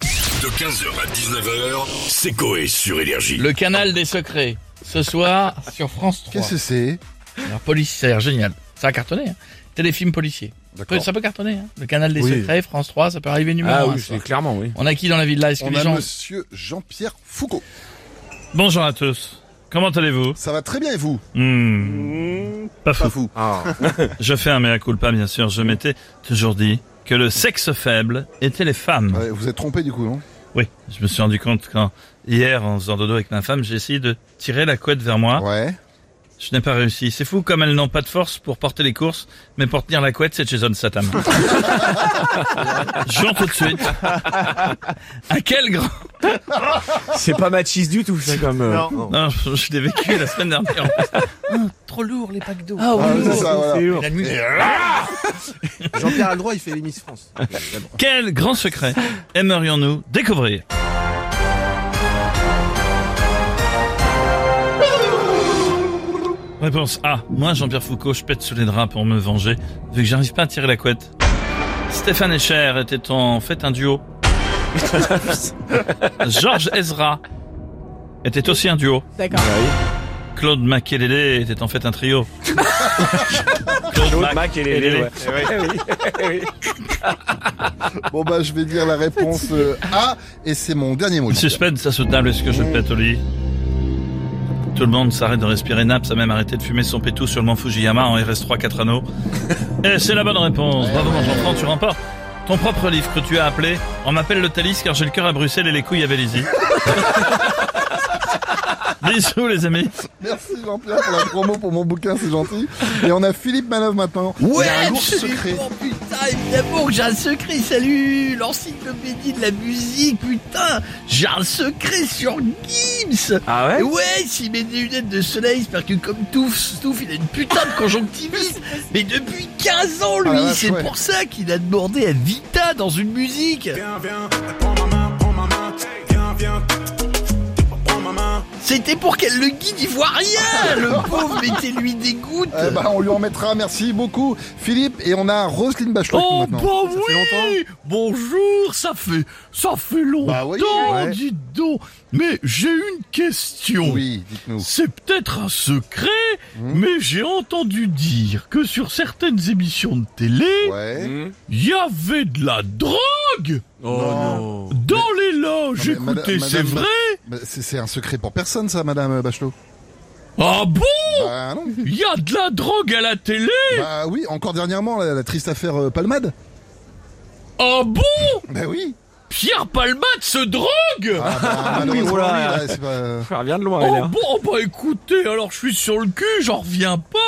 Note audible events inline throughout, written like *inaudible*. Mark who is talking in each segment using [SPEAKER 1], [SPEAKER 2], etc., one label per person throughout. [SPEAKER 1] De 15h à 19h, c'est Coé sur Énergie.
[SPEAKER 2] Le canal des secrets. Ce soir, sur France 3.
[SPEAKER 3] Qu'est-ce que c'est
[SPEAKER 2] Alors, police, ça a l'air génial. Ça a cartonné, hein. Téléfilm policier.
[SPEAKER 3] D'accord.
[SPEAKER 2] Ça peut cartonner, hein. Le canal des
[SPEAKER 3] Oui.
[SPEAKER 2] secrets, France 3, ça peut arriver numéro
[SPEAKER 4] Ah
[SPEAKER 2] un,
[SPEAKER 4] oui,
[SPEAKER 2] ça.
[SPEAKER 4] c'est clairement, oui.
[SPEAKER 2] On a qui dans la ville là Est-ce que
[SPEAKER 3] On
[SPEAKER 2] les
[SPEAKER 3] a
[SPEAKER 2] gens.
[SPEAKER 3] monsieur Jean-Pierre Foucault.
[SPEAKER 5] Bonjour à tous. Comment allez-vous
[SPEAKER 3] Ça va très bien et vous Ah,
[SPEAKER 5] Hmm, Pas
[SPEAKER 3] Pas
[SPEAKER 5] fou.
[SPEAKER 3] vous.
[SPEAKER 5] Je fais un mea culpa, bien sûr. Je m'étais toujours dit que le sexe faible était les femmes.
[SPEAKER 3] Ouais, vous êtes trompé du coup, non
[SPEAKER 5] Oui, je me suis rendu compte quand, hier, en faisant dodo avec ma femme, j'ai essayé de tirer la couette vers moi.
[SPEAKER 3] Ouais.
[SPEAKER 5] Je n'ai pas réussi. C'est fou comme elles n'ont pas de force pour porter les courses, mais pour tenir la couette, c'est chez Zone Satan. Jean, tout de suite.
[SPEAKER 2] À Ah, quel grand.
[SPEAKER 4] C'est pas machiste du tout, ça, comme... euh,
[SPEAKER 5] Non, je l'ai vécu la semaine dernière.
[SPEAKER 2] Trop lourd, les packs d'eau.
[SPEAKER 3] Ah, c'est ça, voilà.
[SPEAKER 2] La nuit.
[SPEAKER 6] Jean-Pierre Aldroy, il fait les Miss France.
[SPEAKER 5] Quel grand secret aimerions-nous découvrir Réponse A. Moi, Jean-Pierre Foucault, je pète sous les draps pour me venger, vu que j'arrive pas à tirer la couette. Stéphane Escher était en fait un duo. Georges Ezra était aussi un duo.
[SPEAKER 7] D'accord.
[SPEAKER 5] Claude Makelele était en fait un trio. Claude
[SPEAKER 4] Claude Mac et les-
[SPEAKER 5] Makelele.
[SPEAKER 4] ouais. Eh
[SPEAKER 3] Bon bah je vais dire la réponse euh, A et c'est mon dernier mot.
[SPEAKER 5] Le suspense insoutenable, est-ce que je pète au lit Tout le monde s'arrête de respirer Naps a même arrêté de fumer son pétou sur le mont Fujiyama en RS3 4 anneaux. Et c'est la bonne réponse. Bravo mon Jean-Franc, tu remportes ton propre livre que tu as appelé On m'appelle le Thalys car j'ai le cœur à Bruxelles et les couilles à Vélizy. Bisous les amis.
[SPEAKER 3] Merci Jean-Pierre pour la promo pour mon bouquin, c'est gentil. Et on a Philippe Manœuvre maintenant.
[SPEAKER 2] Ouais,
[SPEAKER 3] Il a un lourd
[SPEAKER 2] absolument,
[SPEAKER 3] secret.
[SPEAKER 2] Oh, putain, évidemment que j'ai un secret, salut L'encyclopédie de la musique, putain J'ai un secret sur Gibbs
[SPEAKER 4] Ah
[SPEAKER 8] Hein
[SPEAKER 4] ouais
[SPEAKER 2] Et Ouais, s'il met des lunettes de soleil, c'est parce que comme Touf, Stouff, il a une putain de conjonctivite Mais depuis 15 ans, lui,
[SPEAKER 3] Ah la vache,
[SPEAKER 2] c'est
[SPEAKER 3] ouais.
[SPEAKER 2] pour ça qu'il a demandé à Vita dans une musique
[SPEAKER 6] Viens, viens, prends ma main, prends ma main. Viens, viens, prends ma main.
[SPEAKER 2] C'était pour qu'elle le guide ivoirien Le pauvre, mettez-lui des gouttes
[SPEAKER 3] Eh bah, on lui en mettra, merci beaucoup Philippe. Et on a Roselyne Bachelot avec nous
[SPEAKER 2] Oh
[SPEAKER 3] maintenant.
[SPEAKER 2] bah oui Bonjour, ça fait ça fait longtemps,
[SPEAKER 3] Bah oui, ouais.
[SPEAKER 2] dites donc. Mais j'ai une question.
[SPEAKER 3] Oui, Mmh. dites-nous.
[SPEAKER 2] C'est peut-être un secret, mais j'ai entendu dire que sur certaines émissions de télé,
[SPEAKER 3] Ouais.
[SPEAKER 2] il y avait de la drogue dans les loges.
[SPEAKER 3] Non, mais
[SPEAKER 2] Écoutez,
[SPEAKER 3] madame-
[SPEAKER 2] c'est
[SPEAKER 3] madame-
[SPEAKER 2] vrai
[SPEAKER 3] Bah, c'est c'est un secret pour personne ça, Madame Bachelot.
[SPEAKER 2] Ah bon
[SPEAKER 3] Bah non.
[SPEAKER 2] Il y a de la drogue à la télé
[SPEAKER 3] Bah oui, encore dernièrement la, la triste affaire euh, Palmade.
[SPEAKER 2] Ah bon
[SPEAKER 3] Bah oui.
[SPEAKER 2] Pierre Palmade se drogue
[SPEAKER 3] Ah bah, malheureusement,
[SPEAKER 4] oui, voilà.
[SPEAKER 3] oui, là, c'est pas- euh,
[SPEAKER 4] Ça revient de loin, elle,
[SPEAKER 2] Oh
[SPEAKER 4] hein.
[SPEAKER 2] bon, oh, bah écoutez, alors je suis sur le cul, j'en reviens pas.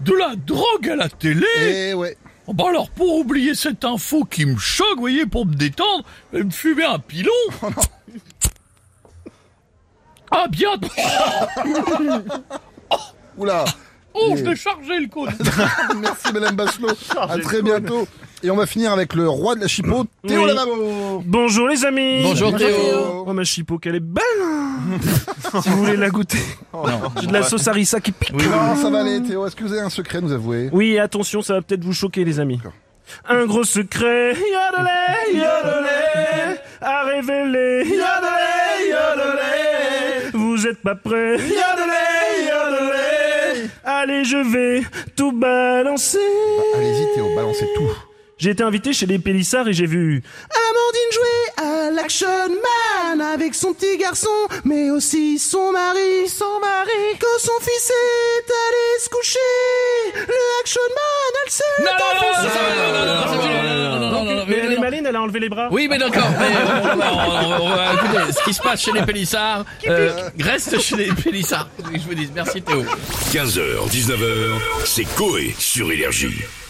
[SPEAKER 2] De la drogue à la télé
[SPEAKER 3] Eh ouais.
[SPEAKER 2] Oh, Bah alors pour oublier cette info qui me choque, vous voyez, pour me détendre, je vais me fumer un
[SPEAKER 3] *laughs*
[SPEAKER 2] pilon.
[SPEAKER 3] Oh,
[SPEAKER 2] ah bien
[SPEAKER 3] Oula.
[SPEAKER 2] Oh, je
[SPEAKER 3] Yeah.
[SPEAKER 2] l'ai chargé le code
[SPEAKER 3] Merci Madame
[SPEAKER 8] *laughs*
[SPEAKER 3] Bachelot. À très bientôt. Et on va finir avec le roi de la chipo, Théo
[SPEAKER 8] Oui.
[SPEAKER 3] Lavabo.
[SPEAKER 8] Bonjour les amis
[SPEAKER 2] Bonjour, Théo.
[SPEAKER 8] Oh ma chipo qu'elle est belle hein. Si vous voulez la goûter J'ai de la sauce harissa qui pique
[SPEAKER 3] Non, ça va aller, Théo. Est-ce que vous avez un secret à nous avouer
[SPEAKER 8] Oui et attention ça va peut-être vous choquer les amis
[SPEAKER 3] D'accord.
[SPEAKER 8] Un gros secret Yodelé Yodelé À révéler Yodelé Yodelé Vous êtes pas prêts Yodelé Yodelé Allez je vais tout balancer
[SPEAKER 3] Allez-y, Bah, Théo, balancez tout.
[SPEAKER 8] J'ai été invité chez les Pélissards et j'ai vu
[SPEAKER 6] Amandine jouait à l'action man avec son petit garçon, mais aussi son mari. Son mari. Quand son fils est allé se coucher, le action man, elle s'est
[SPEAKER 8] Mais elle est maline, elle a enlevé les bras.
[SPEAKER 2] Oui, mais d'accord. mais, euh, on va- on va- on va- Écoutez, ce qui se passe chez les Pélissards euh, reste chez les Pélissards. Je vous dis merci Théo.
[SPEAKER 1] 15h, 19h, c'est Coé sur Énergie.